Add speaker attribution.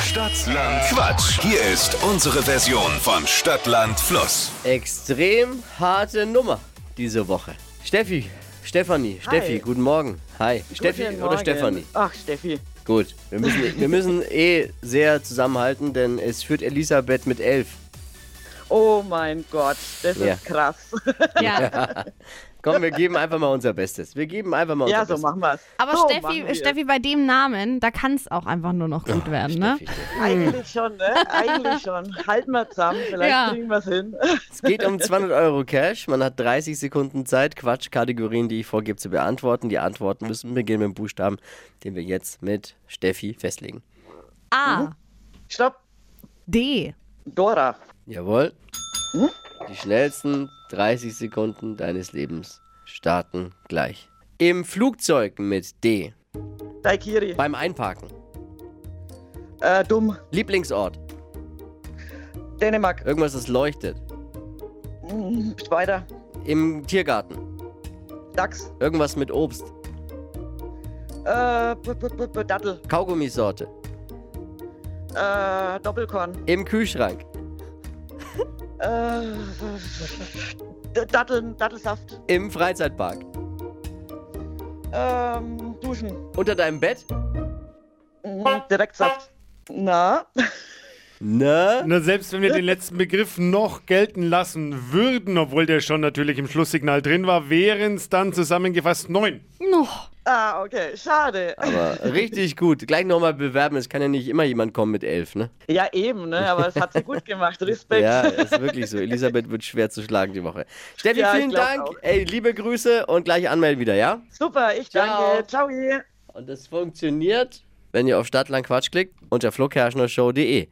Speaker 1: Stadtland Quatsch. Hier ist unsere Version von Stadtland Fluss.
Speaker 2: Extrem harte Nummer diese Woche. Steffi, Stefanie, Steffi, guten Morgen. Hi, Steffi
Speaker 3: Guten
Speaker 2: oder
Speaker 3: Morgen.
Speaker 2: Stefanie?
Speaker 3: Ach, Steffi.
Speaker 2: Gut, wir müssen, wir müssen eh sehr zusammenhalten, denn es führt Elisabeth mit elf.
Speaker 3: Oh mein Gott, das
Speaker 2: Ja.
Speaker 3: ist krass.
Speaker 4: Ja,
Speaker 2: Komm, wir geben einfach mal unser Bestes. Wir geben einfach mal unser
Speaker 3: ja, so
Speaker 2: Bestes.
Speaker 3: machen wir es.
Speaker 4: aber
Speaker 3: so machen
Speaker 4: Steffi,
Speaker 3: wir's.
Speaker 4: Steffi, bei dem Namen, da kann es auch einfach nur noch gut werden, ne?
Speaker 2: Steffi, Steffi.
Speaker 3: Eigentlich schon, ne? Eigentlich schon. Halten wir zusammen, vielleicht
Speaker 4: Ja.
Speaker 3: kriegen wir es hin.
Speaker 2: Es geht um 200 Euro Cash. Man hat 30 Sekunden Zeit, Quatschkategorien, die ich vorgebe, zu beantworten. Die Antworten müssen beginnen mit dem Buchstaben, den wir jetzt mit Steffi festlegen.
Speaker 4: A,
Speaker 3: Stopp,
Speaker 4: D,
Speaker 3: Dora.
Speaker 2: Jawohl.
Speaker 3: Hm?
Speaker 2: Die schnellsten 30 Sekunden deines Lebens starten gleich. Im Flugzeug mit D.
Speaker 3: Daikiri.
Speaker 2: Beim Einparken.
Speaker 3: Äh, dumm.
Speaker 2: Lieblingsort.
Speaker 3: Dänemark.
Speaker 2: Irgendwas, das leuchtet.
Speaker 3: Hm, Weiter.
Speaker 2: Im Tiergarten.
Speaker 3: Dachs.
Speaker 2: Irgendwas mit Obst.
Speaker 3: Äh, p -p -p -p Dattel.
Speaker 2: Kaugummisorte.
Speaker 3: Äh, Doppelkorn.
Speaker 2: Im Kühlschrank.
Speaker 3: Äh, D- Datteln, Dattelsaft.
Speaker 2: Im Freizeitpark.
Speaker 3: Ähm, Duschen.
Speaker 2: Unter deinem Bett.
Speaker 3: Hm, Direktsaft. Na?
Speaker 2: Ne?
Speaker 5: Na, selbst wenn wir den letzten Begriff noch gelten lassen würden, obwohl der schon natürlich im Schlusssignal drin war, wären es dann zusammengefasst neun.
Speaker 4: noch.
Speaker 3: Ah, okay. Schade.
Speaker 2: Aber richtig gut. Gleich nochmal bewerben. Es kann ja nicht immer jemand kommen mit elf, ne?
Speaker 3: Ja, eben, ne? Aber es hat sie gut gemacht. Respekt.
Speaker 2: Ja, ist wirklich so. Elisabeth wird schwer zu schlagen die Woche. Steffi,
Speaker 3: Ja, ich
Speaker 2: vielen
Speaker 3: glaub
Speaker 2: Dank.
Speaker 3: auch.
Speaker 2: Ey, liebe Grüße und gleich anmelden wieder, ja?
Speaker 3: Super, ich
Speaker 2: Ciao.
Speaker 3: danke. Ciao. Ciao.
Speaker 2: Und das funktioniert, wenn ihr auf Stadtland Quatsch klickt unter flokerschnershow.de.